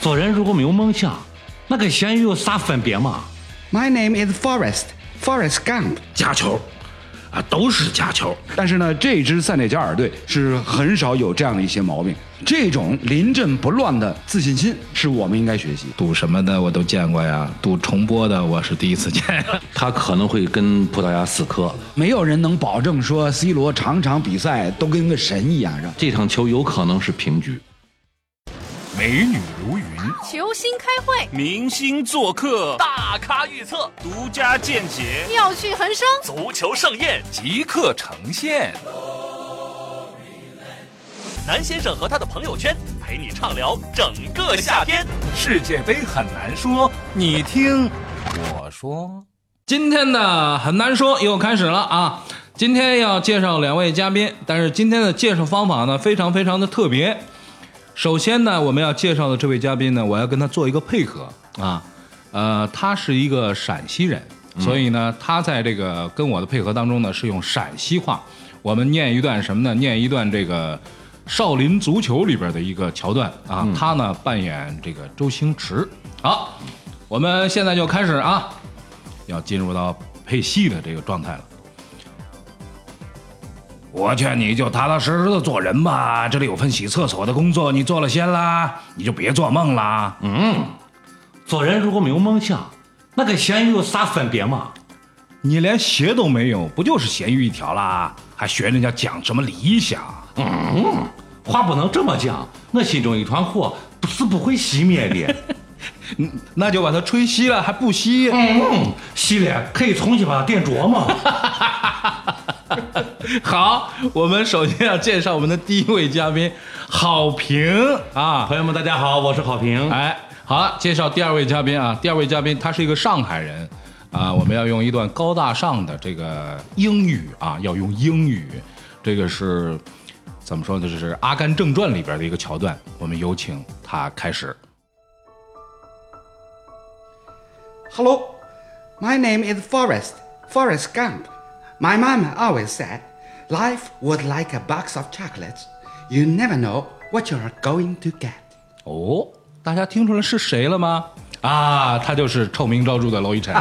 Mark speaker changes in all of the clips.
Speaker 1: 做人如果没有梦想，那跟咸鱼有啥分别嘛？
Speaker 2: My name is Forest Forest Gump。
Speaker 3: 假球，啊，都是假球。
Speaker 4: 但是呢，这支塞内加尔队是很少有这样的一些毛病。这种临阵不乱的自信心是我们应该学习。
Speaker 5: 赌什么的我都见过呀，赌重播的我是第一次见。
Speaker 1: 他可能会跟葡萄牙死磕，
Speaker 4: 没有人能保证说 C 罗场场比赛都跟个神一样，是吧？
Speaker 1: 这场球有可能是平局。
Speaker 6: 美女如云，
Speaker 7: 球星开会，
Speaker 8: 明星做客，
Speaker 9: 大咖预测，
Speaker 8: 独家见解，
Speaker 7: 妙趣横生，
Speaker 9: 足球盛宴
Speaker 6: 即刻呈现。
Speaker 9: 南先生和他的朋友圈陪你畅聊整个夏天。
Speaker 6: 世界杯很难说，你听我说。
Speaker 10: 今天的很难说又开始了啊！今天要介绍两位嘉宾，但是今天的介绍方法呢，非常非常的特别。首先呢，我们要介绍的这位嘉宾呢，我要跟他做一个配合啊，呃，他是一个陕西人，所以呢，他在这个跟我的配合当中呢，是用陕西话，我们念一段什么呢？念一段这个《少林足球》里边的一个桥段啊，他呢扮演这个周星驰。好，我们现在就开始啊，要进入到配戏的这个状态了。
Speaker 4: 我劝你就踏踏实实的做人吧。这里有份洗厕所的工作，你做了先啦，你就别做梦啦。
Speaker 1: 嗯，做人如果没有梦想，那跟咸鱼有啥分别嘛？
Speaker 4: 你连鞋都没有，不就是咸鱼一条啦？还学人家讲什么理想？
Speaker 1: 嗯，话不能这么讲，我心中一团火是不会熄灭 的。
Speaker 10: 那就把它吹熄了，还不熄？
Speaker 1: 嗯，熄了可以重新把它点着嘛。
Speaker 10: 好，我们首先要介绍我们的第一位嘉宾，好评啊！
Speaker 1: 朋友们，大家好，我是好评。
Speaker 10: 哎，好了，介绍第二位嘉宾啊，第二位嘉宾他是一个上海人啊，我们要用一段高大上的这个英语啊，要用英语，这个是怎么说呢？就是《阿甘正传》里边的一个桥段，我们有请他开始。
Speaker 2: Hello, my name is Forrest Forrest Gump. My mom always said, life was like a box of chocolates. You never know what you are going to get.
Speaker 10: 哦，大家听出来是谁了吗？啊，他就是臭名昭著的娄一晨。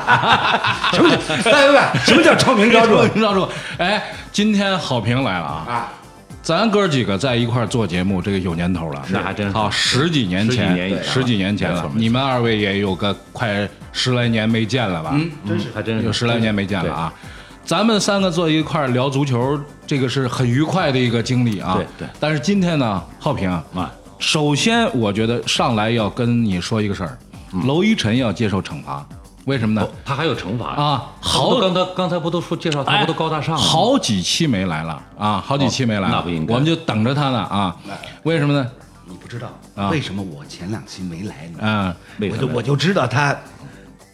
Speaker 4: 什么叫？ 哎喂，什么叫 臭名昭著？
Speaker 10: 臭名昭著。哎，今天好评来了啊！啊，咱哥几个在一块儿做节目，这个有年头了，啊
Speaker 1: 那还啊真
Speaker 10: 好，十几年前，
Speaker 1: 十几年以上
Speaker 10: 十几年前
Speaker 1: 没
Speaker 10: 了
Speaker 1: 错。没错
Speaker 10: 你们二位也有个快十来年没见了吧？嗯，
Speaker 1: 真是还真
Speaker 10: 有十来年没见了啊。咱们三个坐一块儿聊足球，这个是很愉快的一个经历啊。
Speaker 1: 对对
Speaker 10: 但是今天呢，浩平啊，首先我觉得上来要跟你说一个事儿，
Speaker 1: 嗯
Speaker 10: 娄一晨要接受惩罚，为什么呢？
Speaker 1: 他还有惩罚呀
Speaker 10: 啊好哎
Speaker 1: 刚才刚才不都说介绍他不都高大上了吗？
Speaker 10: 好几期没来了啊，好几期没来了，
Speaker 1: 哦那不应该
Speaker 10: 我们就等着他呢啊。为什么呢？
Speaker 2: 你不知道
Speaker 10: 啊
Speaker 2: 为什么我前两期没来呢？
Speaker 10: 嗯，
Speaker 1: 为
Speaker 2: 我
Speaker 1: 什
Speaker 2: 就
Speaker 1: 么
Speaker 2: 我就知道他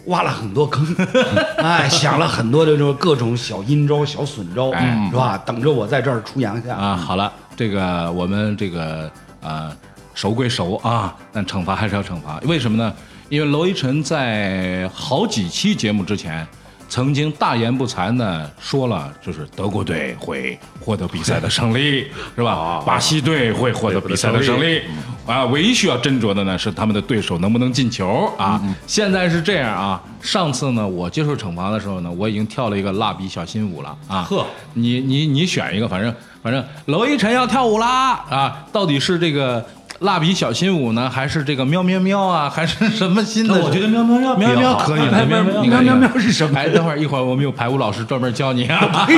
Speaker 2: 挖了很多坑， 哎，想了很多的这种各种小阴招、小损招，
Speaker 10: 哎
Speaker 2: 是吧？等着我在这儿出洋相。
Speaker 10: 啊，好了，这个我们这个呃熟归熟啊，但惩罚还是要惩罚。为什么呢？因为娄一晨在好几期节目之前，曾经大言不惭的说了，就是德国队会获得比赛的胜 利，是吧？巴西队会啊获得比赛的胜利。啊，唯一需要斟酌的呢是他们的对手能不能进球啊。现在是这样啊，上次呢我接受惩罚的时候呢，我已经跳了一个蜡笔小新舞了啊。
Speaker 1: 呵
Speaker 10: 你你你选一个，反正反正娄一晨要跳舞啦啊！到底是这个蜡笔小新舞呢，还是这个喵喵喵啊，还是什么新的？
Speaker 1: 那我觉得喵喵喵
Speaker 10: 喵
Speaker 1: 比较
Speaker 10: 喵
Speaker 1: 好
Speaker 10: 可以
Speaker 1: 哎
Speaker 10: 的，
Speaker 1: 喵
Speaker 10: 喵
Speaker 1: 喵
Speaker 10: 你看
Speaker 1: 喵喵
Speaker 10: 喵是什么？哎，等会儿一会儿我们有排舞老师专门教 你啊。
Speaker 1: 哎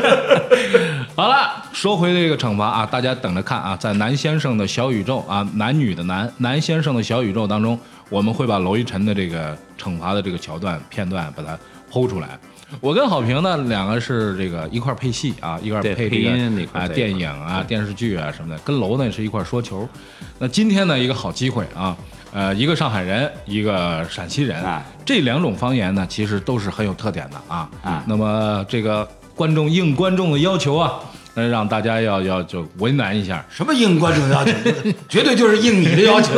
Speaker 10: 好了，说回这个惩罚啊，大家等着看啊，在南先生的小宇宙啊，男女的男南先生的小宇宙当中，我们会把娄一晨的这个惩罚的这个桥段片段把它剖出来。我跟好评呢，两个是这个一块儿配戏啊，一块儿
Speaker 1: 对
Speaker 10: 配这个
Speaker 1: 配音那块儿
Speaker 10: 啊
Speaker 1: 在一块儿
Speaker 10: 电影啊、电视剧啊什么的，跟楼呢是一块儿说球。那今天呢，一个好机会啊，呃，一个上海人，一个陕西人，
Speaker 2: 哎
Speaker 10: 这两种方言呢，其实都是很有特点的啊。
Speaker 2: 哎
Speaker 10: 那么这个观众应观众的要求啊，那让大家要要就为难一下。
Speaker 2: 什么应观众要求？绝对就是应你的要求。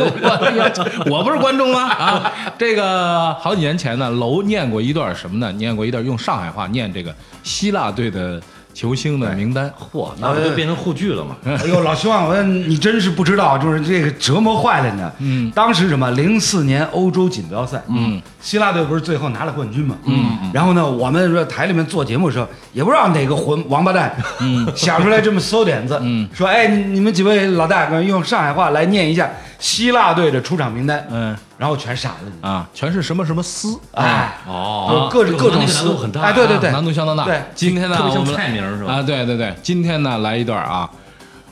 Speaker 10: 我不是观众吗？啊，这个好几年前呢，楼念过一段什么呢？念过一段用上海话念这个希腊队的球星的名单。
Speaker 1: 嚯，那不就变成护具了吗？
Speaker 4: 哎呦，老徐望文，你真是不知道，就是这个折磨坏了你。嗯，当时什么零四年欧洲锦标赛，嗯，希腊队不是最后拿了冠军嘛？嗯，然后呢，我们说台里面做节目的时候，也不知道哪个混王八蛋，嗯， 想出来这么馊点子，嗯，说哎，你们几位老大哥用上海话来念一下希腊队的出场名单，
Speaker 10: 嗯
Speaker 4: 然后全傻了你，
Speaker 10: 啊，全是什么什么斯
Speaker 4: 哎，
Speaker 1: 哦，
Speaker 4: 各种各
Speaker 1: 那个
Speaker 4: 种
Speaker 1: 难
Speaker 4: 思
Speaker 1: 度很大，
Speaker 4: 哎，对对对，
Speaker 10: 难度相当大。
Speaker 4: 对
Speaker 10: 今天呢，
Speaker 1: 特别
Speaker 10: 我
Speaker 1: 像
Speaker 10: 们
Speaker 1: 菜名儿是吧
Speaker 10: 啊，对对对，今天呢来一段啊，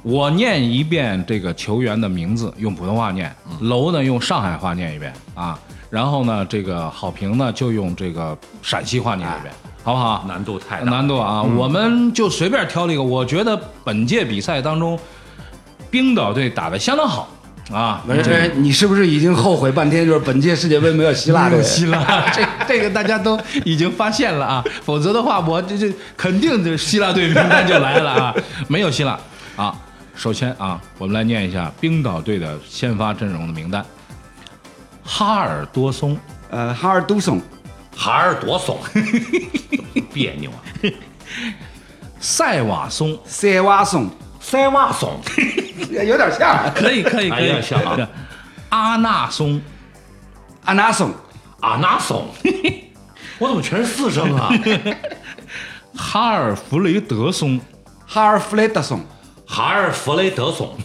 Speaker 10: 我念一遍这个球员的名字，用普通话念，
Speaker 1: 嗯
Speaker 10: 楼呢用上海话念一遍啊，然后呢这个好评呢就用这个陕西话念一遍，好不好？
Speaker 1: 啊难度哎太大。嗯
Speaker 10: 难度啊，我们就随便挑了一个，我觉得本届比赛当中，冰岛队打得相当好啊，
Speaker 4: 文文，你是不是已经后悔半天？就是本届世界杯没有希腊队？
Speaker 10: 希腊， 这这个大家都已经发现了啊，否则的话，我这这肯定这希腊队名单就来了啊，没有希腊啊。首先啊，我们来念一下冰岛队的先发阵容的名单：哈尔多松、
Speaker 4: 呃
Speaker 2: Uh, hard do some.
Speaker 1: 孩儿多怂，啊别扭啊！
Speaker 10: 塞瓦松，
Speaker 2: Say what song.
Speaker 1: 塞瓦怂，
Speaker 2: 有点像
Speaker 10: 可以可以
Speaker 1: 哎呀像啊，
Speaker 10: 阿纳松、
Speaker 2: 安娜颂，
Speaker 1: 阿那怂，我怎么全是四声啊？
Speaker 10: 哈尔弗雷德松、
Speaker 2: 哈尔弗雷德颂，
Speaker 1: 哈尔弗雷德怂，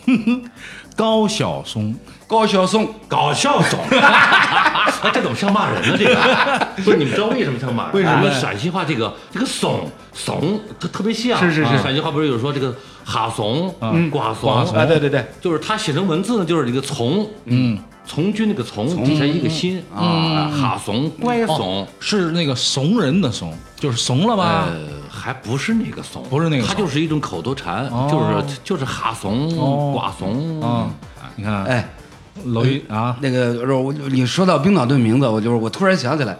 Speaker 10: 高晓松、
Speaker 2: 高晓松，
Speaker 1: 搞笑怂， 哎这怎么像骂人呢？这个不是你们知道为什么像骂人？为什么陕西话这个这个怂怂，它特别像。是是是，陕西话不是有说这个哈怂、瓜
Speaker 10: 瓜
Speaker 1: 怂哎
Speaker 10: 怂啊
Speaker 4: 哎对对对，
Speaker 1: 就是它写成文字呢，就是这个从，嗯，从军那个从底下一个心
Speaker 10: 嗯
Speaker 1: 啊，哈怂乖怂。
Speaker 10: 是那个怂人的怂，就是怂了吧？
Speaker 1: 呃，还不是那个怂，
Speaker 10: 不是那个
Speaker 1: 他
Speaker 10: 怂
Speaker 1: 就是一种口头禅，
Speaker 10: 哦
Speaker 1: 就是就是哈怂、
Speaker 10: 哦
Speaker 1: 瓜怂
Speaker 10: 啊，你看，
Speaker 4: 哎，
Speaker 10: 楼一啊，
Speaker 4: 那个肉，我你说到冰岛队名字，我就是我突然想起来，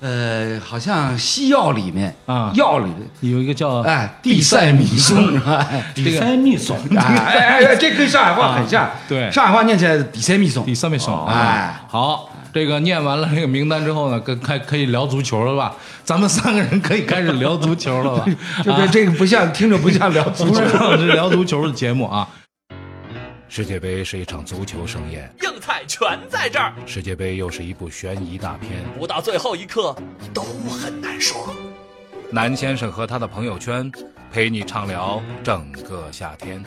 Speaker 4: 呃，好像西药里面
Speaker 10: 啊哦
Speaker 4: 药里面，
Speaker 10: 有一个叫
Speaker 4: 哎，地塞米松， 哎
Speaker 1: 比塞密怂，
Speaker 4: 哎哎哎，这跟上海话很像，
Speaker 10: 啊对
Speaker 4: 上海话念起来比塞米松
Speaker 10: 第，三位送，
Speaker 4: 哎，
Speaker 10: 好，这个念完了这个名单之后呢，跟开可以聊足球了吧？咱们三个人可以开始聊足球了吧？ 啊
Speaker 4: 就这这个不像，听着不 像聊足
Speaker 10: 不
Speaker 4: 球
Speaker 10: 是，是聊足球的节目啊。
Speaker 6: 世界杯是一场足球盛宴，
Speaker 9: 硬菜全在这儿，
Speaker 6: 世界杯又是一部悬疑大片。
Speaker 9: 不到最后一刻都很难说。
Speaker 6: 南先生和他的朋友圈，陪你畅聊整个夏天。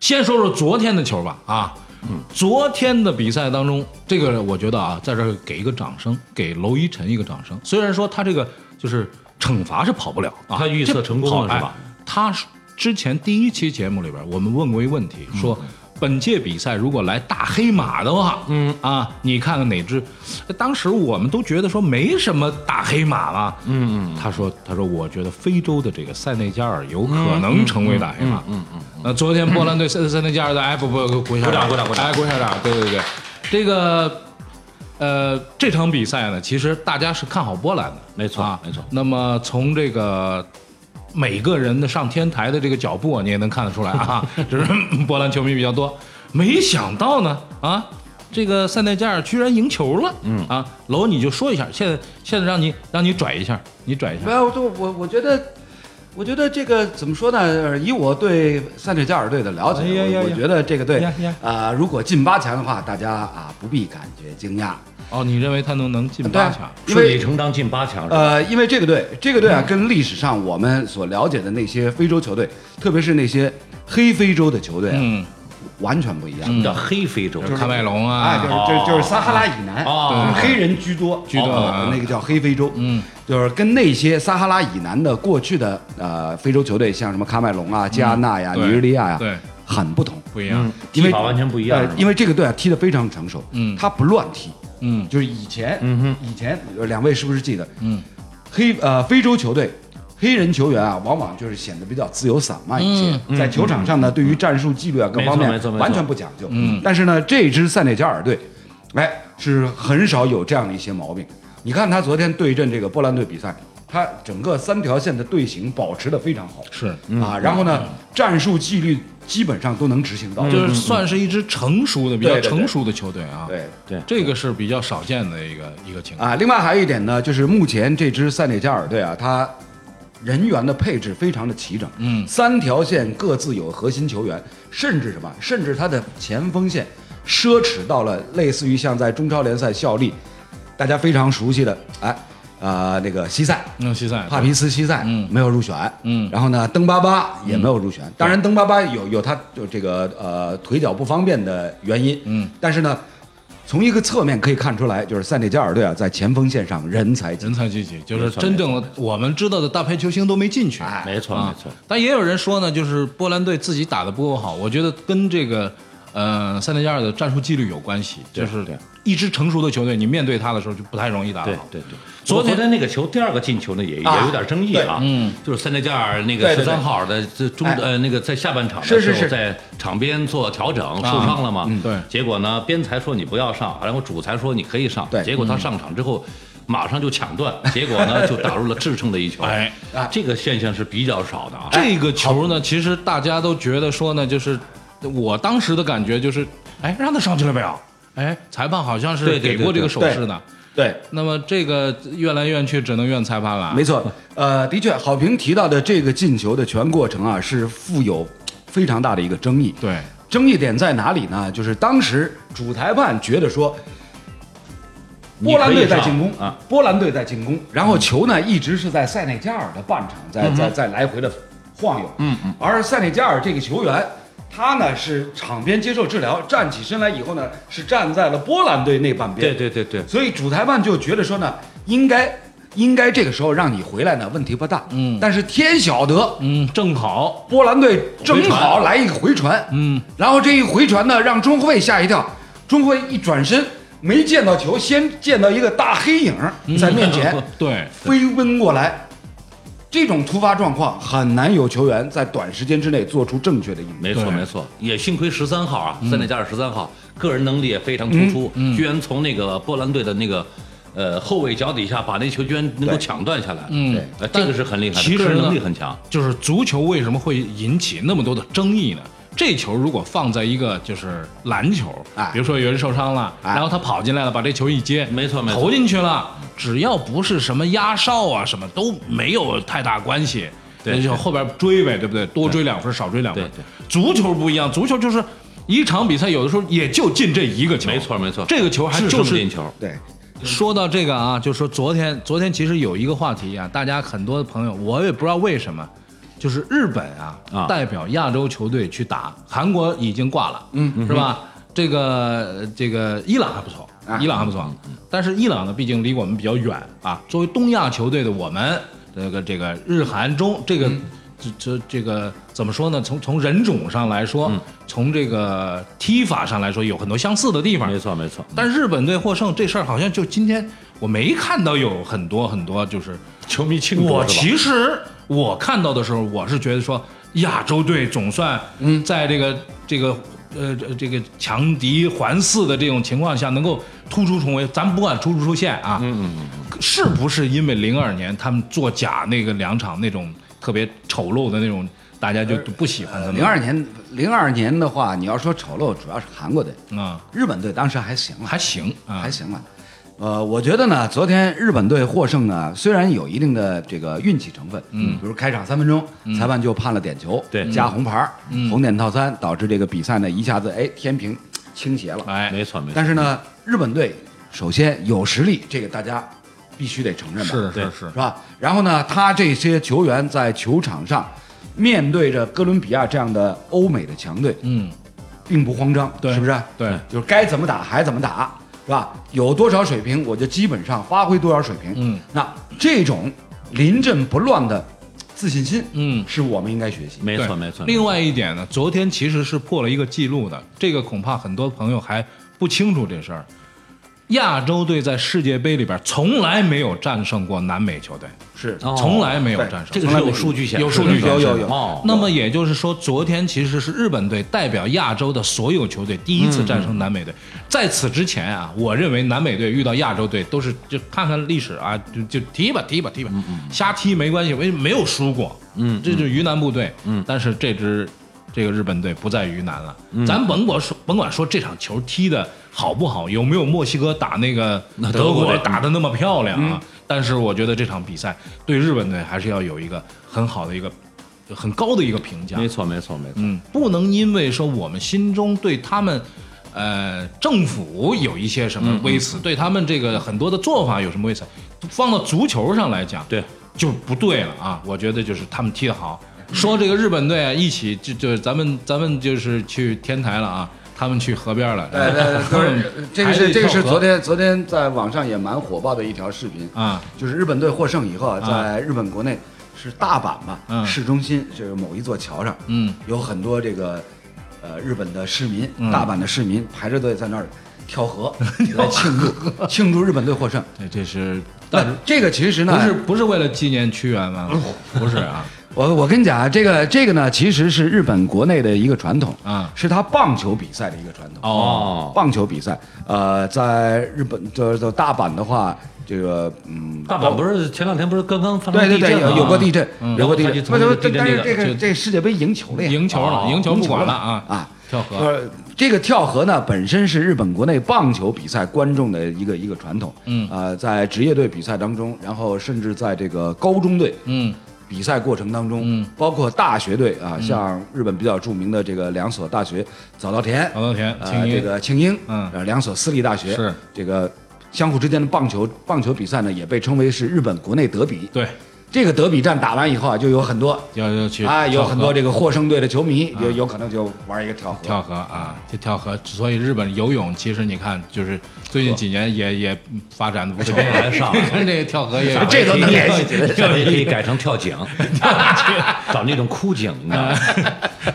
Speaker 10: 先说说昨天的球吧，啊，嗯，昨天的比赛当中，这个我觉得啊，在这儿给一个掌声，给娄一晨一个掌声。虽然说他这个就是惩罚是跑不了啊，
Speaker 1: 他预测成功了是吧
Speaker 10: 哎他之前第一期节目里边，我们问过一个问题，
Speaker 1: 嗯
Speaker 10: 说本届比赛如果来大黑马的话，嗯啊，你看看哪支？当时我们都觉得说没什么大黑马了，嗯，他说他说我觉得非洲的这个塞内加尔有可
Speaker 1: 嗯
Speaker 10: 能成为大黑马，嗯嗯。那昨天波兰队塞塞内加尔的，哎不不，鼓一下掌，鼓掌，鼓掌，哎鼓一下掌，对对对，这个。呃，这场比赛呢，其实大家是看好波兰的，
Speaker 1: 没错
Speaker 10: 啊
Speaker 1: 没错
Speaker 10: 那么从这个每个人的上天台的这个脚步啊，你也能看得出来 啊，只是 波兰球迷比较多。没想到呢，啊，这个塞内加尔居然赢球了，嗯啊，楼你就说一下，现在现在让你让你拽一下，你拽一
Speaker 4: 没
Speaker 10: 下，
Speaker 4: 有，就哎我我觉得，我觉得这个怎么说呢？呃以我对塞内加尔队的了解，
Speaker 10: 哎呀呀
Speaker 4: 我我
Speaker 10: 呀
Speaker 4: 觉得这个队
Speaker 10: 呀呀
Speaker 4: 啊，如果进八强的话，大家啊不必感觉惊讶，
Speaker 10: 哦，你认为他能能进
Speaker 4: 对
Speaker 10: 八
Speaker 4: 啊
Speaker 10: 强？，
Speaker 4: 因
Speaker 1: 顺理
Speaker 4: 为
Speaker 1: 成章进八强是吧？
Speaker 4: 呃，因为这个队，这个队啊，跟历史上我们所了解的那些非洲球队，特别是那些黑非洲的球队，啊
Speaker 10: 嗯，
Speaker 4: 完全不一样。
Speaker 1: 什么叫黑非洲？
Speaker 10: 喀麦隆
Speaker 4: 哎，就
Speaker 10: 啊，
Speaker 4: 是就是就是撒哈拉以南，
Speaker 1: 哦
Speaker 4: 就是黑人居多，
Speaker 10: 居多啊
Speaker 4: 哦那个叫黑非洲，嗯，就是跟那些撒哈拉以南的过去的呃非洲球队，像什么喀麦隆啊、加纳呀、
Speaker 10: 嗯对
Speaker 4: 尼日利亚呀，嗯
Speaker 10: 对，
Speaker 4: 很不同，
Speaker 10: 不一样，
Speaker 4: 因为
Speaker 1: 嗯踢法完全不一样
Speaker 4: 呃
Speaker 1: 是吧
Speaker 4: 因为这个队啊踢得非常成熟，
Speaker 10: 嗯
Speaker 4: 他不乱踢，
Speaker 10: 嗯
Speaker 4: 就是以前，以前呃两位是不是记得，嗯，黑呃非洲球队。黑人球员啊，往往就是显得比较自由散漫一些，
Speaker 10: 嗯
Speaker 4: 在球场上呢，对于战术纪律啊各
Speaker 1: 嗯没错
Speaker 4: 方面
Speaker 1: 没错没错
Speaker 4: 完全不讲究。嗯，但是呢，这支塞内加尔队，哎，是很少有这样的一些毛病。你看他昨天对阵这个波兰队比赛，他整个三条线的队形保持的非常好，
Speaker 10: 是
Speaker 1: 嗯
Speaker 4: 啊，然后呢，战术纪律基本上都能执行到，
Speaker 1: 嗯
Speaker 10: 就是算是一支成熟的、比较
Speaker 4: 嗯对对对
Speaker 10: 成熟的球队啊。
Speaker 4: 对
Speaker 10: 对，这个是比较少见的一个一个情况。
Speaker 4: 啊。另外还有一点呢，就是目前这支塞内加尔队啊，它人员的配置非常的齐整，
Speaker 10: 嗯
Speaker 4: 三条线各自有核心球员，甚至什么，甚至他的前锋线奢侈到了类似于像在中超联赛效力，大家非常熟悉的，哎，啊、那个西塞。
Speaker 10: 那西塞
Speaker 4: 帕皮斯西塞
Speaker 10: 嗯
Speaker 4: 没有入选，
Speaker 10: 嗯
Speaker 4: 然后呢，登巴巴也没有入选。当然，登巴巴有有他就这个呃腿脚不方便的原因，
Speaker 10: 嗯，
Speaker 4: 但是呢，从一个侧面可以看出来，就是塞内加尔队啊，在前锋线上人才济
Speaker 10: 人才济济，就是真正的我们知道的大牌球星都没进去。
Speaker 4: 哎
Speaker 1: 没错
Speaker 10: 啊
Speaker 1: 没错，
Speaker 10: 但也有人说呢，就是波兰队自己打得不够好，我觉得跟这个呃塞内加尔的战术纪律有关系，就是
Speaker 1: 对
Speaker 10: 一支成熟的球队，你面对他的时候就不太容易打得
Speaker 1: 对
Speaker 10: 好。
Speaker 1: 对对。啊昨天那个球，第二个进球呢，也也有点争议啊。嗯，就是塞内加尔那个十
Speaker 4: 对对对
Speaker 1: 三号的这中
Speaker 4: 哎
Speaker 1: 呃那个在下半场的
Speaker 4: 是
Speaker 1: 时
Speaker 4: 是
Speaker 1: 候
Speaker 4: 是
Speaker 1: 在场边做调整，受伤了嘛。
Speaker 10: 对
Speaker 1: 结果呢，边裁说你不要上，然后主裁说你可以上。
Speaker 4: 对
Speaker 1: 结果他上场之后。马上就抢断，结果呢就打入了制胜的一球。
Speaker 10: 哎
Speaker 1: 啊，这个现象是比较少的啊。
Speaker 10: 这个球呢，其实大家都觉得说呢，就是我当时的感觉就是，哎，让他上去了没有？哎，裁判好像是
Speaker 1: 对对
Speaker 10: 给过这个手势的。
Speaker 4: 对，
Speaker 10: 那么这个怨来怨去，只能怨裁判了。
Speaker 4: 没错，呃，的确，郝平提到的这个进球的全过程啊，是富有非常大的一个争议。
Speaker 10: 对，
Speaker 4: 争议点在哪里呢？就是当时主裁判觉得说，
Speaker 1: 你可以
Speaker 4: 波兰队在
Speaker 1: 上
Speaker 4: 进攻
Speaker 1: 啊，嗯
Speaker 4: 波兰队在进攻，然后球呢一直是在塞内加尔的半场在在在来回的晃悠，嗯嗯，而塞内加尔这个球员。他呢是场边接受治疗，站起身来以后呢，是站在了波兰队那半
Speaker 1: 对
Speaker 4: 边。
Speaker 1: 对对对，
Speaker 4: 所以主裁判就觉得说呢，应该应该这个时候让你回来呢，问题不大。嗯，但是天晓得，
Speaker 10: 嗯，正好，
Speaker 4: 波兰队正好来一个回传，
Speaker 10: 嗯，
Speaker 4: 然后这一回传呢，让中后卫吓一跳，中后卫一转身没见到球，先见到一个大黑影在面前
Speaker 10: 对，
Speaker 4: 飞奔过来。这种突发状况很难有球员在短时间之内做出正确的应
Speaker 1: 没
Speaker 4: 对。
Speaker 1: 错
Speaker 10: 对嗯
Speaker 1: 没错，也幸亏十三号啊，塞内加尔十三号个人能力也非常突出，居然从那个波兰队的那个呃后卫脚底下把那球居然能够抢断下来，
Speaker 10: 嗯
Speaker 1: 对，呃这个是很厉害的，
Speaker 10: 其实
Speaker 1: 个人
Speaker 10: 呢
Speaker 1: 能力很强。
Speaker 10: 啊就是足球为什么会引起那么多的争议呢？这球如果放在一个就是篮球，
Speaker 4: 哎
Speaker 10: 比如说有人受伤了，
Speaker 4: 哎
Speaker 10: 然后他跑进来了，把这球一接，
Speaker 1: 没错没错
Speaker 10: 投进去了，只要不是什么压哨啊，什么都没有太大关系。
Speaker 1: 对
Speaker 10: 那就后边追呗，对不对？多追两分，少追两分。足球不一样，足球就是一场比赛，有的时候也就进这一个球。
Speaker 1: 没错没错
Speaker 10: 这个球还
Speaker 1: 制
Speaker 10: 就
Speaker 1: 胜
Speaker 10: 是
Speaker 1: 进球，
Speaker 4: 对，
Speaker 10: 说到这个啊，就说昨天，昨天其实有一个话题啊，大家很多朋友，我也不知道为什么，就是日本啊，
Speaker 1: 啊
Speaker 10: 代表亚洲球队去打韩国已经挂了，嗯，是吧？这个这个伊朗还不错，伊朗还不错，但是伊朗呢，毕竟离我们比较远啊。作为东亚球队的我们，这个这个日韩中这个。这这这个怎么说呢？从从人种上来说，从这个踢法上来说，有很多相似的地方。
Speaker 1: 没错没错，
Speaker 10: 但日本队获胜这事儿，好像就今天我没看到有很多很多，就是
Speaker 1: 球迷庆是吧？
Speaker 10: 我其实我看到的时候，我是觉得说亚洲队总算嗯，在这个这个呃这个强敌环伺的这种情况下，能够突出重围。咱们不管出不出线啊，嗯嗯嗯，是不是因为零二年他们作假那个两场那种特别丑陋的那种，大家就不喜欢他们？
Speaker 4: 零二年，零二年的话，你要说丑陋，主要是韩国队，
Speaker 10: 啊，
Speaker 4: 日本队当时还行了，
Speaker 10: 还行啊，
Speaker 4: 还行吧。呃，我觉得呢，昨天日本队获胜呢，虽然有一定的这个运气成分，嗯，比如开场三分钟，
Speaker 10: 嗯
Speaker 4: 裁判就判了点球，
Speaker 1: 对
Speaker 4: 加红牌儿，红点套餐，导致这个比赛呢一下子哎天平倾斜了。
Speaker 10: 哎，
Speaker 1: 没错没错，
Speaker 4: 但是呢，日本队首先有实力，这个大家必须得承认吧，
Speaker 10: 是
Speaker 1: 对
Speaker 10: 是是
Speaker 4: 是，吧？然后呢，他这些球员在球场上面对着哥伦比亚这样的欧美的强队，
Speaker 10: 嗯，
Speaker 4: 并不慌张，
Speaker 10: 对
Speaker 4: 是不啊嗯是？
Speaker 10: 对，
Speaker 4: 就是该怎么打还怎么打，是吧？有多少水平我就基本上发挥多少水平。
Speaker 10: 嗯，
Speaker 4: 那这种临阵不乱的自信心，
Speaker 10: 嗯
Speaker 4: 是我们应该学习。
Speaker 1: 没错
Speaker 10: 对
Speaker 1: 没错。
Speaker 10: 另外一点呢，昨天其实是破了一个记录的，这个恐怕很多朋友还不清楚这事儿。亚洲队在世界杯里边从来没有战胜过南美球队，
Speaker 4: 是
Speaker 10: 从来没有战胜过。
Speaker 1: 哦这个是有数据显示的，
Speaker 10: 有数据显示的
Speaker 4: 有有有
Speaker 1: 哦
Speaker 10: 那么也就是说，昨天其实是日本队代表亚洲的所有球队第一次战胜南美队。在此之前啊，我认为南美队遇到亚洲队都是就看看历史啊，就就踢吧踢吧踢吧，瞎踢没关系，因为没有输过。嗯，这就是鱼腩部队。嗯，但是这支这个日本队不在于难了。咱甭管说甭管说这场球踢的好不好，有没有墨西哥打那个德国队打的那么漂亮啊？
Speaker 1: 嗯
Speaker 10: 但是我觉得这场比赛对日本队还是要有一个很好的一个很高的一个评价。
Speaker 1: 没错没错没错，
Speaker 10: 嗯，不能因为说我们心中对他们，呃，政府有一些
Speaker 1: 嗯
Speaker 10: 什么微词，对他们这个很多的做法有什么微词，放到足球上来讲，
Speaker 1: 对，
Speaker 10: 就不对了啊！我觉得就是他们踢得好，说这个日本队啊，一起就就咱们咱们就是去天台了啊，他们去河边了，
Speaker 4: 哎对对，
Speaker 10: 他
Speaker 4: 就
Speaker 10: 们
Speaker 4: 是 这个
Speaker 10: 还得
Speaker 4: 是这个是
Speaker 10: 跳河
Speaker 4: 昨天昨天在网上也蛮火爆的一条视频，
Speaker 10: 啊，
Speaker 4: 就是日本队获胜以后啊，在日本国内是大阪吧，
Speaker 10: 嗯
Speaker 4: 市中心就是某一座桥上，
Speaker 10: 嗯，
Speaker 4: 有很多这个呃日本的市民，
Speaker 10: 嗯
Speaker 4: 大阪的市民排着队在那儿跳 河来庆祝庆祝日本队获胜。
Speaker 10: 对，这是
Speaker 4: 但这个其实呢，
Speaker 10: 不是不是为了纪念屈原
Speaker 4: 嗯
Speaker 10: 吗？不是啊，
Speaker 4: 我我跟你讲啊，这个这个呢，其实是日本国内的一个传统
Speaker 10: 啊
Speaker 4: 是他棒球比赛的一个传统
Speaker 10: 哦
Speaker 4: 棒球比赛，呃，在日本就是大阪的话，这个嗯，
Speaker 1: 大阪不是前两天不是刚刚发生
Speaker 4: 对对
Speaker 1: 地
Speaker 4: 对，
Speaker 1: 震吗啊嗯
Speaker 4: 有有过地震，有过地
Speaker 1: 然
Speaker 4: 震，
Speaker 1: 后他就从这个
Speaker 4: 但
Speaker 1: 地震
Speaker 4: 但
Speaker 1: 这个
Speaker 4: 是这
Speaker 10: 就
Speaker 4: 个这世界杯赢球了呀，
Speaker 10: 赢球了，赢球不管了啊
Speaker 4: 啊。
Speaker 10: 跳河。
Speaker 4: 呃，这个跳河呢，本身是日本国内棒球比赛观众的一个一个传统。
Speaker 10: 嗯
Speaker 4: 呃，在职业队比赛当中，然后甚至在这个高中队
Speaker 10: 嗯
Speaker 4: 比赛过程当中，
Speaker 10: 嗯
Speaker 4: 包括大学队啊，像日本比较著名的这个两所大学，早稻田、
Speaker 10: 早稻田
Speaker 4: 呃
Speaker 10: 庆英
Speaker 4: 这个庆英，
Speaker 10: 嗯
Speaker 4: 呃，两所私立大学
Speaker 10: 是
Speaker 4: 这个相互之间的棒球棒球比赛呢，也被称为是日本国内德比。
Speaker 10: 对，
Speaker 4: 这个德比战打完以后啊，就有很多
Speaker 10: 要要去
Speaker 4: 啊，有
Speaker 10: 跳河啊
Speaker 4: 很多这个获胜队的球迷，有有可能就玩一个跳河。
Speaker 10: 跳河啊，就跳河。所以日本游泳其实你看，就是最近几年也也发展的不错， 跟这个跳河也有
Speaker 4: 这都能联系 起来。
Speaker 1: 下回可以改成跳井，找那种枯井，你知道吗？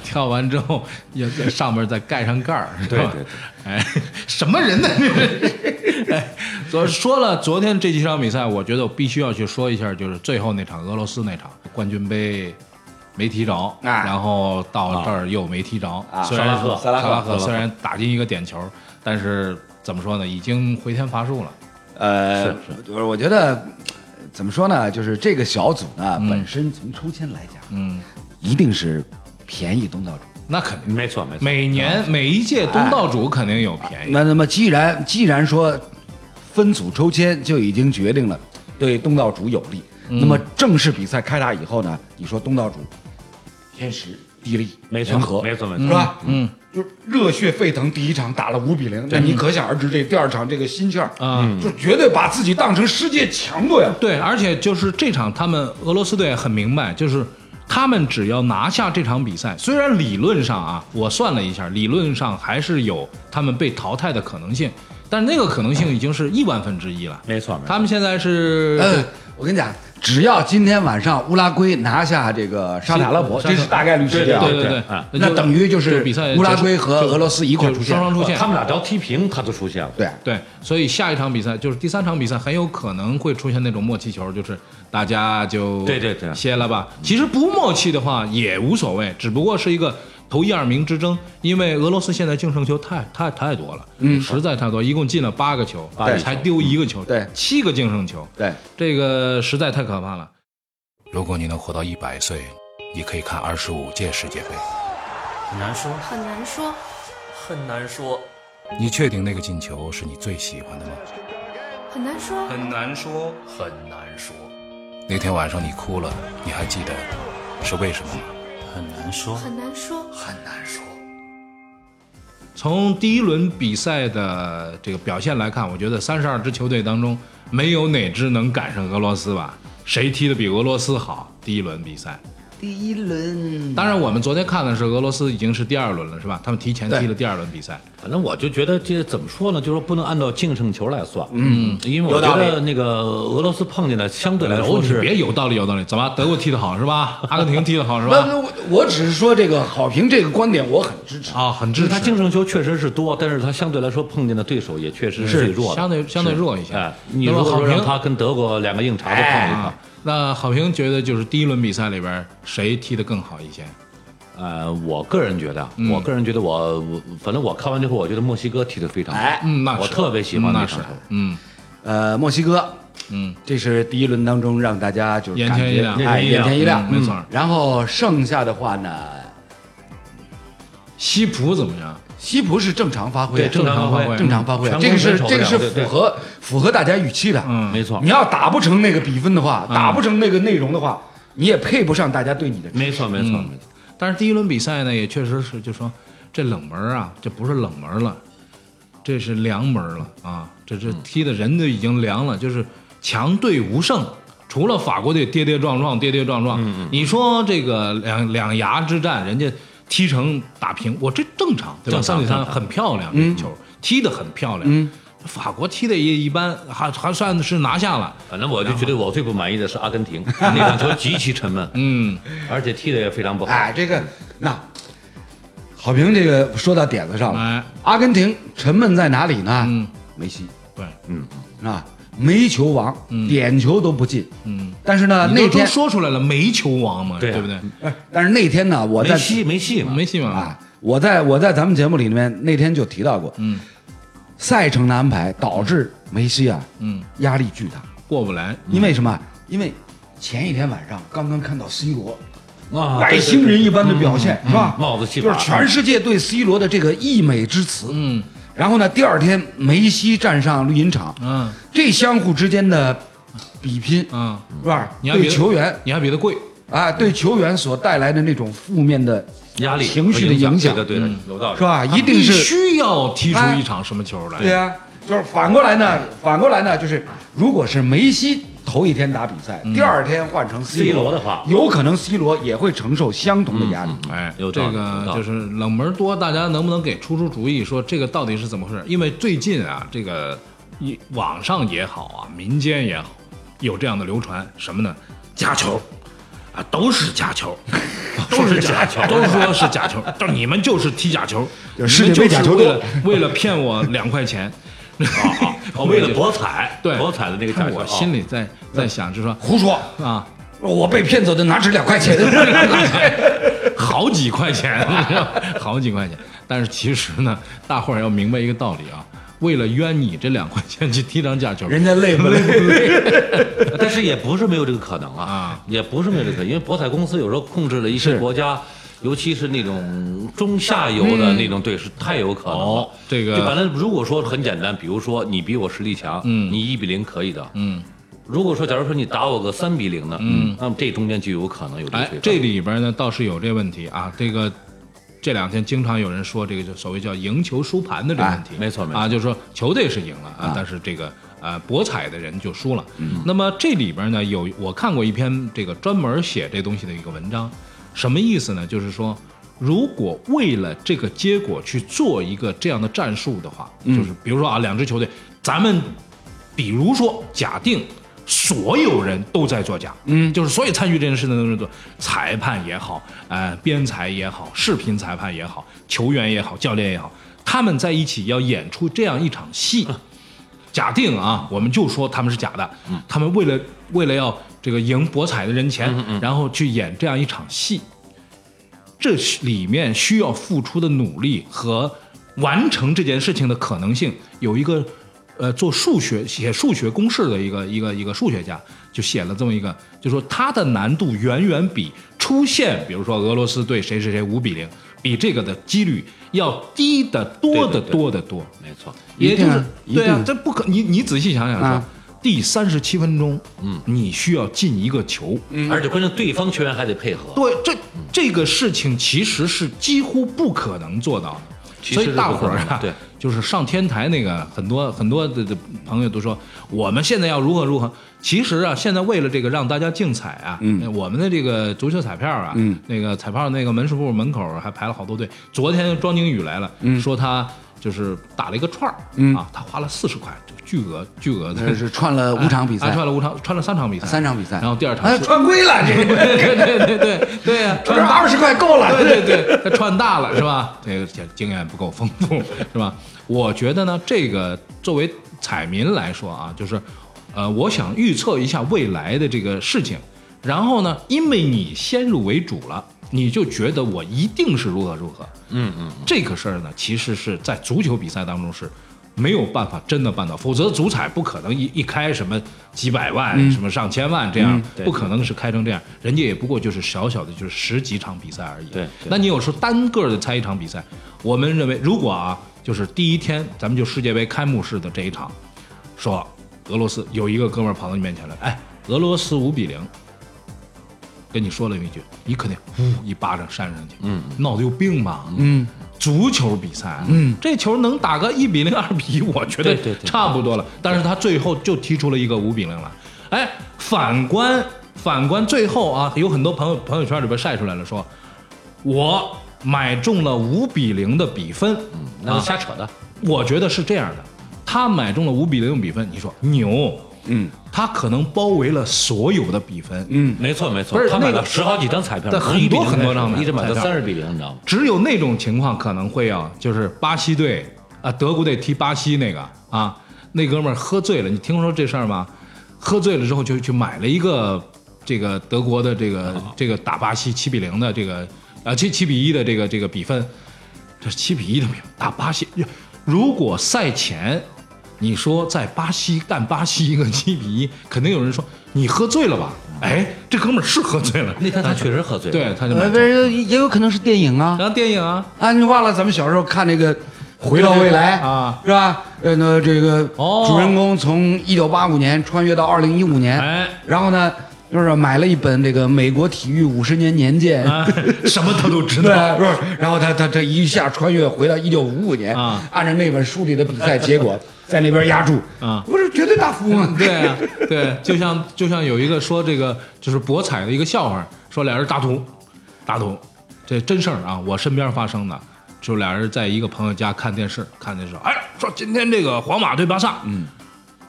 Speaker 10: 跳完之后也在上面再盖上盖儿，
Speaker 1: 对
Speaker 10: 是吧
Speaker 1: 对，
Speaker 10: 哎，什么人呢？ 哎，昨说了昨天这几场比赛，我觉得我必须要去说一下，就是最后那场俄罗斯那场冠军杯。没踢着，然后到这儿又没踢着。虽然
Speaker 1: 啊萨拉赫
Speaker 10: 萨
Speaker 4: 萨
Speaker 10: 拉
Speaker 4: 拉
Speaker 10: 赫虽然打进一个点球，但是怎么说呢，已经回天乏术了。
Speaker 4: 呃，我我觉得呃怎么说呢，就是这个小组呢，
Speaker 1: 嗯
Speaker 4: 本身从抽签来讲，
Speaker 10: 嗯，
Speaker 4: 一定是便宜东道主。
Speaker 10: 那肯定，
Speaker 1: 没错没错，
Speaker 10: 每年每一届东道主肯定有
Speaker 1: 哎
Speaker 10: 便宜。
Speaker 4: 那那么既然既然说分组抽签就已经决定了对东道主有利，
Speaker 1: 嗯
Speaker 4: 那么正式比赛开打以后呢，你说东道主天时地利
Speaker 1: 没
Speaker 4: 人和
Speaker 1: 错没错没
Speaker 4: 是
Speaker 1: 错，
Speaker 4: 吧？嗯，就热血沸腾，第一场打了五比零，那你可想而知，这第二场这个心气儿，
Speaker 1: 啊
Speaker 10: 嗯，
Speaker 4: 就绝对把自己当成世界强队啊了。
Speaker 10: 对，而且就是这场，他们俄罗斯队很明白，就是他们只要拿下这场比赛，虽然理论上啊，我算了一下，理论上还是有他们被淘汰的可能性，但那个可能性已经是亿万分之一了。
Speaker 1: 没错没错，
Speaker 10: 他们现在是、
Speaker 4: 嗯，我跟你讲，只要今天晚上乌拉圭拿下这个沙特阿拉伯，
Speaker 10: 沙
Speaker 4: 这
Speaker 10: 特
Speaker 4: 是大概率事件啊。
Speaker 10: 对对对呃
Speaker 1: 啊，
Speaker 10: 就
Speaker 4: 那等于就是
Speaker 10: 比赛
Speaker 4: 乌拉
Speaker 10: 结束
Speaker 4: 圭和
Speaker 10: 就
Speaker 4: 俄罗斯一块
Speaker 10: 就
Speaker 4: 出现
Speaker 10: 双双出现，
Speaker 1: 他们俩只要踢平，他就出现了。
Speaker 4: 对，
Speaker 10: 对，所以下一场比赛就是第三场比赛，很有可能会出现那种默契球，就是大家就
Speaker 1: 对对对
Speaker 10: 歇了吧。其实不默契的话也无所谓，只不过是一个头一二名之争，因为俄罗斯现在净胜球太太太多了，嗯，实在太多，一共进了八个球，
Speaker 1: 对
Speaker 10: 才丢一个球，
Speaker 4: 对
Speaker 10: 七个净胜球，
Speaker 4: 对，
Speaker 10: 这个实在太可怕了。
Speaker 6: 如果你能活到一百岁，你可以看二十五届世界杯。
Speaker 9: 很难说，
Speaker 7: 很难说，
Speaker 9: 很难说，
Speaker 6: 你确定那个进球是你最喜欢的吗？
Speaker 7: 很难说，
Speaker 8: 很难说，
Speaker 9: 很难说，
Speaker 6: 那天晚上你哭了，你还记得是为什么吗？
Speaker 9: 很难说，
Speaker 7: 很难说，
Speaker 9: 很难说。
Speaker 10: 从第一轮比赛的这个表现来看，我觉得三十二支球队当中，没有哪支能赶上俄罗斯吧？谁踢得比俄罗斯好？第一轮比赛，
Speaker 2: 第一轮。
Speaker 10: 当然，我们昨天看的是俄罗斯已经是第二轮了，是吧？他们提前踢了第二轮比赛。
Speaker 1: 反正我就觉得这怎么说呢，就是不能按照净胜球来算。嗯，因为我觉得那个俄罗斯碰见的相对来
Speaker 10: 哦，
Speaker 1: 说
Speaker 10: 你
Speaker 1: 是
Speaker 10: 别有道理有道理，怎么德国踢得好是吧？ 阿根廷踢得好是
Speaker 4: 不，
Speaker 10: 吧？
Speaker 4: 我我只是说这个好评这个观点我很支持。
Speaker 10: 啊，很
Speaker 1: 就
Speaker 10: 支
Speaker 1: 是他
Speaker 10: 持，
Speaker 1: 净胜球确实是多，但是他相对来说碰见的对手也确实最弱的，
Speaker 10: 相对相对弱一些。
Speaker 1: 哎，你
Speaker 10: 那
Speaker 1: 如
Speaker 10: 么
Speaker 1: 果
Speaker 10: 好
Speaker 1: 说让
Speaker 10: 评
Speaker 1: 他跟德国两个硬茬子碰一碰，
Speaker 10: 啊，那好评觉得就是第一轮比赛里边谁踢得更好一些？
Speaker 1: 呃，我个人觉得啊，
Speaker 10: 嗯
Speaker 1: 我个人觉得我，我反正我看完之后，我觉得墨西哥踢得非常好，
Speaker 4: 哎
Speaker 10: 嗯，那是
Speaker 1: 我特别喜欢
Speaker 10: 嗯
Speaker 1: 那
Speaker 10: 那
Speaker 1: 场
Speaker 10: 是
Speaker 1: 球。，
Speaker 10: 嗯，
Speaker 4: 呃，墨西哥，
Speaker 10: 嗯，
Speaker 4: 这是第一轮当中让大家就是
Speaker 10: 眼
Speaker 4: 感
Speaker 10: 前一
Speaker 4: 觉
Speaker 10: 亮
Speaker 4: 哎，眼前一亮，
Speaker 10: 嗯没错
Speaker 4: 嗯然后剩下的话呢，
Speaker 10: 西普怎么样？
Speaker 4: 西普是正常发挥，
Speaker 1: 对正常发挥嗯
Speaker 4: 正常发挥，
Speaker 1: 全攻
Speaker 4: 这个
Speaker 1: 全
Speaker 4: 是
Speaker 1: 守
Speaker 4: 这个是
Speaker 1: 对对
Speaker 4: 符合符合大家预期的。
Speaker 10: 嗯，
Speaker 1: 没错，
Speaker 4: 你要打不成那个比分的话，打不成那个内容的话，你也配不上大家对你的
Speaker 1: 没错，没错，
Speaker 10: 嗯
Speaker 1: 没错。
Speaker 10: 但是第一轮比赛呢，也确实是就说这冷门啊，这不是冷门了，这是凉门了啊！这这踢的人都已经凉了，就是强队无胜。除了法国队跌跌撞撞，跌跌撞
Speaker 1: 嗯
Speaker 10: 撞，你说这个两两牙之战，人家踢成打平，我这正常，对吧？
Speaker 1: 正常
Speaker 10: 三比三
Speaker 1: 正常嗯
Speaker 10: 很漂亮，这个球踢得很漂亮。法国踢的也一般，还还算是拿下了。
Speaker 1: 反正我就觉得我最不满意的是阿根廷那场球极其沉闷，
Speaker 10: 嗯，
Speaker 1: 而且踢得也非常不好。
Speaker 4: 哎，这个那好评这个说到点子上了。
Speaker 10: 哎，
Speaker 4: 阿根廷沉闷在哪里呢？
Speaker 10: 嗯，
Speaker 4: 梅西
Speaker 10: 对，
Speaker 4: 啊，没球王，点球都不进。
Speaker 10: 嗯，
Speaker 4: 但是呢，
Speaker 10: 你
Speaker 4: 那
Speaker 10: 都都
Speaker 4: 天，呃
Speaker 10: 说出来了，没球王嘛，
Speaker 1: 对啊
Speaker 10: 不对？
Speaker 4: 但是那天呢，我在
Speaker 1: 没戏，没戏嘛，
Speaker 10: 没戏嘛。
Speaker 4: 啊，我在我在咱们节目里面那天就提到过，
Speaker 10: 嗯
Speaker 4: 赛程的安排导致梅西啊
Speaker 10: 嗯，
Speaker 4: 压力巨大，
Speaker 10: 过不来。
Speaker 4: 因为什么？因为前一天晚上刚刚看到 C 罗
Speaker 1: 啊，
Speaker 4: 外
Speaker 1: 对嗯
Speaker 4: 星人一般的表现，是吧？
Speaker 1: 帽子戏
Speaker 4: 就
Speaker 1: 法嗯
Speaker 4: 是，全世界对 C 罗的这个溢美之词。
Speaker 10: 嗯
Speaker 4: 然后呢，第二天梅西站上绿茵场，
Speaker 10: 嗯
Speaker 4: 这相互之间的比拼，
Speaker 10: 嗯，
Speaker 4: 是吧？
Speaker 10: 你还
Speaker 4: 对
Speaker 10: 别
Speaker 4: 球员
Speaker 10: 你还比他贵。
Speaker 4: 啊，对球员所带来的那种负面的
Speaker 1: 压力、
Speaker 4: 情绪的影响嗯
Speaker 1: 对的，对啊的，有道理
Speaker 4: 是。吧？一定
Speaker 10: 啊必
Speaker 4: 是
Speaker 10: 须要踢出一场什么球来？
Speaker 4: 对啊，就是反过来呢，反过来呢，就是如果是梅西头一天打比赛，第二天换成
Speaker 1: 嗯 C 罗
Speaker 4: 罗
Speaker 1: 的话，嗯
Speaker 4: 有可能 C 罗也会承受相同的压力。
Speaker 10: 哎，
Speaker 1: 有
Speaker 10: 这
Speaker 1: 道理
Speaker 10: 个
Speaker 1: 有道理
Speaker 10: 就是冷门多，大家能不能给出出主意，说这个到底是怎么回事？因为最近啊，这个一网上也好啊，民间也好，有这样的流传什么呢？
Speaker 3: 假球啊，都是假球，
Speaker 10: 都是假球，都说是假球，但是你们就是踢假球，你
Speaker 4: 世
Speaker 10: 们
Speaker 4: 界杯
Speaker 10: 就是
Speaker 4: 假球
Speaker 10: 为
Speaker 4: 多
Speaker 10: 了为了骗我两块钱，啊
Speaker 1: 哦，为了
Speaker 4: 嗯
Speaker 1: 博彩，
Speaker 10: 对
Speaker 1: 博彩的那个价
Speaker 10: 看
Speaker 1: 格，
Speaker 10: 我
Speaker 1: 哦
Speaker 10: 心里在在想，就说
Speaker 4: 胡说，
Speaker 10: 啊，
Speaker 4: 我被骗走的哪止两块钱？
Speaker 10: 好几块钱，好几块钱。但是其实呢，大伙儿要明白一个道理啊，为了冤你这两块钱去踢场假球，
Speaker 4: 人家累不 累？
Speaker 1: 但是也不是没有这个可能啊，
Speaker 10: 啊
Speaker 1: 也不是没有这个可能，因为博彩公司有时候控制了一些国家，尤其是那种中下游的那种队是太有可能了。
Speaker 10: 嗯哦这个
Speaker 1: 就反正如果说很简单，比如说你比我实力强，
Speaker 10: 嗯
Speaker 1: 你一比零可以的，
Speaker 10: 嗯。
Speaker 1: 如果说假如说你打我个三比零呢，嗯，那么这中间就有可能有这个
Speaker 10: 哎
Speaker 1: 水分。，
Speaker 10: 这里边呢倒是有这问题啊，这个。这两天经常有人说这个就所谓叫赢球输盘的这个问题，
Speaker 1: 哎没错没错
Speaker 10: 啊，就是说球队是赢了啊，但是这个呃博彩的人就输了。
Speaker 1: 嗯
Speaker 10: 那么这里边呢有我看过一篇这个专门写这东西的一个文章，什么意思呢？就是说如果为了这个结果去做一个这样的战术的话，
Speaker 1: 嗯
Speaker 10: 就是比如说啊两支球队，咱们比如说假定所有人都在作假，嗯，就是所有参与这件事情的都在做，裁判也好，呃，编裁也好，视频裁判也好，球员也好，教练也好，他们在一起要演出这样一场戏。假定啊，我们就说他们是假的，
Speaker 1: 嗯
Speaker 10: 他们为了为了要这个赢博彩的人钱，
Speaker 1: 嗯
Speaker 10: 然后去演这样一场戏，这里面需要付出的努力和完成这件事情的可能性，有一个呃做数学写数学公式的一个一个一个数学家就写了这么一个，就说它的难度远远比出现比如说俄罗斯对谁谁谁五比零，比这个的几率要低得多得
Speaker 1: 对对对
Speaker 10: 多得多。
Speaker 1: 没错，
Speaker 10: 也就
Speaker 4: 一定
Speaker 10: 是
Speaker 4: 啊一
Speaker 10: 对啊
Speaker 4: 定，
Speaker 10: 这不可你你仔细想想说
Speaker 4: 啊，
Speaker 10: 第三十七分钟，嗯，你需要进一个球，
Speaker 1: 而且关键对方球员还得配合。
Speaker 10: 对，这这个事情其实是几乎不可能做到的，
Speaker 1: 其
Speaker 10: 所
Speaker 1: 实
Speaker 10: 以
Speaker 1: 是
Speaker 10: 大
Speaker 1: 不可
Speaker 10: 伙儿
Speaker 1: 能的
Speaker 10: 啊，
Speaker 1: 对，
Speaker 10: 就是上天台那个，很多很多的的朋友都说我们现在要如何如何。其实啊，现在为了这个让大家竞彩啊，嗯，我们的这个足球彩票啊，嗯，那个彩票那个门市部门口啊还排了好多队。昨天庄景宇来了，
Speaker 2: 嗯
Speaker 10: 说他就是打了一个串儿，啊，他花了四十块，这个巨额巨额的，
Speaker 2: 这是串了五场比赛
Speaker 10: 哎串了五场，穿了三场比赛，
Speaker 2: 三场比赛
Speaker 10: 然后第二场
Speaker 2: 哎，
Speaker 10: 是
Speaker 2: 穿规了，这个
Speaker 10: 对对对对对呀、
Speaker 2: 这
Speaker 10: 穿
Speaker 2: 二十块够了，
Speaker 10: 对对对，他穿大了是吧？这个经经验不够丰富是吧？我觉得呢，这个作为彩民来说啊，就是，呃，我想预测一下未来的这个事情，然后呢，因为你先入为主了，你就觉得我一定是如何如何，嗯嗯，这个事儿呢，其实是在足球比赛当中是。没有办法真的办到，否则足彩不可能一一开什么几百万、什么上千万这样，不可能是开成这样。人家也不过就是小小的，就是十几场比赛而已。
Speaker 1: 对对
Speaker 10: 那你有时候单个的猜一场比赛，我们认为如果啊，就是第一天咱们就世界杯开幕式的这一场，说俄罗斯有一个哥们儿跑到你面前来，哎，俄罗斯五比零，跟你说了一句，你肯定呼一巴掌扇上去，嗯，脑子有病吧？嗯，足球比赛，嗯，这球能打个一比零、二比一，我觉得
Speaker 1: 对对对
Speaker 10: 差不多了。但是他最后就踢出了一个五比零来，哎，反观反观最后啊，有很多朋友朋友圈里边晒出来了说，我买中了五比零的比分，
Speaker 1: 嗯
Speaker 10: 啊
Speaker 1: 那是瞎扯的。
Speaker 10: 我觉得是这样的，他买中了五比零的比分，你说牛？嗯，他可能包围了所有的比分，嗯。
Speaker 1: 没错没错
Speaker 10: 不是，
Speaker 1: 他买
Speaker 10: 那
Speaker 1: 了
Speaker 10: 个
Speaker 1: 十好几张彩票，
Speaker 10: 对
Speaker 1: 从1比
Speaker 10: 很
Speaker 1: 0开始
Speaker 10: 多很多张买
Speaker 1: 一直买到
Speaker 10: 彩票
Speaker 1: 三十比零，你知道吗？
Speaker 10: 只有那种情况可能会啊，就是巴西队啊，德国队踢巴西那个啊，那哥们儿喝醉了，你听说这事儿吗？喝醉了之后就去买了一个这个德国的这个这个打巴西七比零的这个啊七七比一的这个这个比分，这七比一的比分打巴西，如果赛前你说在巴西干巴西一个七比一，肯定有人说你喝醉了吧？哎，这哥们儿是喝醉了，
Speaker 1: 那天他确实喝醉了，
Speaker 10: 对，他就买
Speaker 2: 呃，
Speaker 10: 了
Speaker 2: 不是也有可能是电影啊
Speaker 10: 然后电影啊。
Speaker 2: 啊！你忘了咱们小时候看那个《回到未来》
Speaker 10: 啊，
Speaker 2: 是吧？呃，那这个
Speaker 10: 哦
Speaker 2: 主人公从一九八五年穿越到二零一五年，
Speaker 10: 哎
Speaker 2: 然后呢，就是买了一本这个美国体育五十年年鉴，
Speaker 10: 啊，什么他都知
Speaker 2: 对
Speaker 10: 道。，
Speaker 2: 不是，然后他他他一下穿越回到一九五五年
Speaker 10: 啊
Speaker 2: 按照那本书里的比赛结果在那边压住
Speaker 10: 啊
Speaker 2: 不是绝对大富翁，
Speaker 10: 对啊，对，就像就像有一个说这个就是博彩的一个笑话，说俩人打赌，打赌，这真事儿啊，我身边发生的，就俩人在一个朋友家看电视，看电视，哎，说今天这个皇马对巴萨，嗯，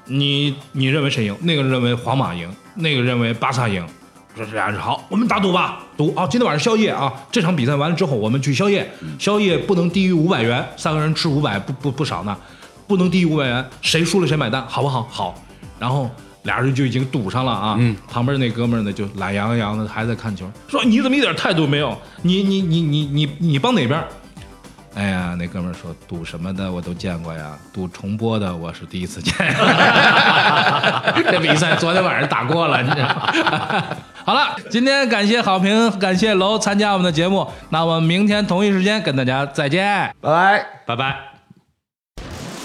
Speaker 10: 你你认为谁赢？那个认为皇马赢，那个认为巴萨赢。说这俩人好，我们打赌吧，赌啊！今天晚上宵夜啊，这场比赛完了之后，我们去宵夜，宵夜不能低于五百元，三个人吃五百不不不少呢，不能低于五百元，谁输了谁买单，好不好？好。然后俩人就已经赌上了啊。旁边那哥们儿呢就懒洋洋的还在看球，说你怎么一点态度没有？你你你你你你帮哪边儿？哎呀，那哥们儿说赌什么的我都见过呀，赌重播的我是第一次见。 这比赛昨天晚上打过了，你知道吗？ 好了，今天感谢好评，感谢楼参加我们的节目，那我们明天同一时间跟大家再见。
Speaker 2: 拜拜。
Speaker 1: 拜拜。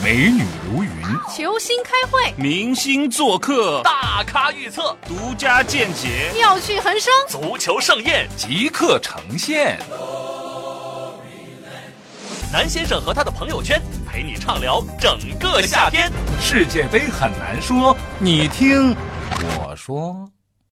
Speaker 6: 美女如云，
Speaker 7: 球星开会，
Speaker 8: 明星做客，
Speaker 9: 大咖预测，
Speaker 8: 独家见解，
Speaker 7: 妙趣横生。
Speaker 9: 足球盛宴，
Speaker 6: 即刻呈现。
Speaker 9: 南先生和他的朋友圈陪你畅聊整个夏天。
Speaker 6: 世界杯很难说，你听我说。